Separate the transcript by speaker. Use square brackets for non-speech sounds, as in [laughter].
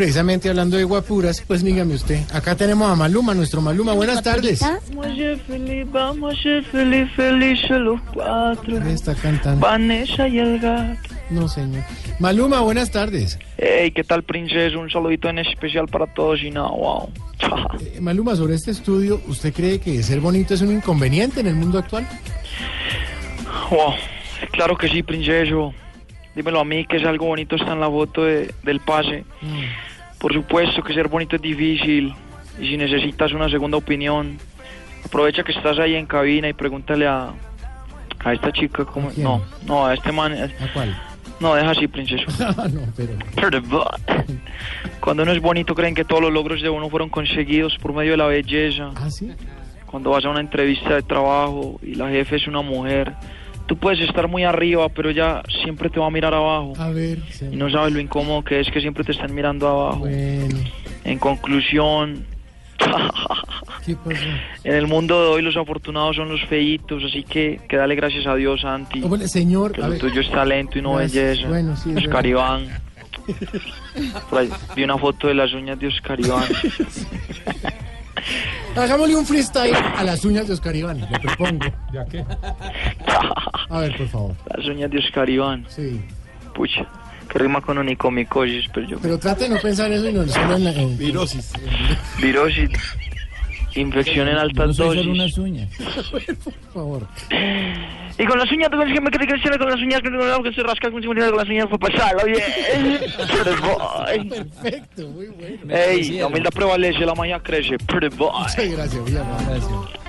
Speaker 1: Precisamente hablando de guapuras, pues dígame usted, acá tenemos a Maluma, nuestro Maluma, buenas tardes.
Speaker 2: Moi je fais les bas, moi je fais les felices los cuatro.
Speaker 1: Está cantando.
Speaker 2: Vanessa y el gato.
Speaker 1: No, señor. Maluma, buenas tardes.
Speaker 2: Hey, ¿qué tal, princesa? Un saludito en especial para todos y nada, wow. [laughs]
Speaker 1: Eh, Maluma, sobre este estudio, ¿usted cree que ser bonito es un inconveniente en el mundo actual?
Speaker 2: wow. Claro que sí, princesa. Dímelo a mí, que es algo bonito está en la foto de- del pase.
Speaker 1: Mm.
Speaker 2: Por supuesto que ser bonito es difícil. Y si necesitas una segunda opinión, aprovecha que estás ahí en cabina y pregúntale a, a esta chica cómo...
Speaker 1: ¿A quién?
Speaker 2: No, no, a este man...
Speaker 1: ¿A cuál?
Speaker 2: No, deja así, princesa.
Speaker 1: [laughs] Ah, no, pero...
Speaker 2: Perdón. Cuando uno es bonito creen que todos los logros de uno fueron conseguidos por medio de la belleza.
Speaker 1: ¿Ah, sí?
Speaker 2: Cuando vas a una entrevista de trabajo y la jefe es una mujer, tú puedes estar muy arriba, pero ella siempre te va a mirar abajo.
Speaker 1: A ver, se-
Speaker 2: Y no sabes lo incómodo que es que siempre te están mirando abajo.
Speaker 1: Bueno,
Speaker 2: En conclusión, [laughs]
Speaker 1: ¿qué pasó?
Speaker 2: en el mundo de hoy los afortunados son los feitos, así que, que dale gracias a Dios, Santi.
Speaker 1: Oh, bueno, señor,
Speaker 2: Que
Speaker 1: a
Speaker 2: lo
Speaker 1: ver,
Speaker 2: tuyo es talento y no
Speaker 1: Gracias.
Speaker 2: belleza.
Speaker 1: Bueno, sí, es
Speaker 2: Oscar
Speaker 1: verdad.
Speaker 2: Iván. Por ahí vi una foto de las uñas de Oscar Iván.
Speaker 1: hagámosle un freestyle a las uñas de Oscar Iván, le propongo. ¿Ya qué? A ver, por favor,
Speaker 2: Las uñas de Oscar Iván.
Speaker 1: sí.
Speaker 2: Pucha, que rima con onicomicosis, pero yo.
Speaker 1: Pero trate de no pensar eso y no solo en la... en-
Speaker 3: Virosis.
Speaker 2: Virosis. Infección en altas dosis.
Speaker 3: uñas.
Speaker 1: [laughs] Por favor.
Speaker 2: Y con las uñas, tú crees que me crees que se le- con las uñas, que no que se rasca con con las uñas fue pasar,
Speaker 1: [laughs]
Speaker 2: oye. Pretty boy.
Speaker 1: Perfecto, muy bueno.
Speaker 2: Ey, la humildad prevalece, la magia crece. Pretty boy.
Speaker 1: Muchas gracias, muy amable.
Speaker 3: Gracias.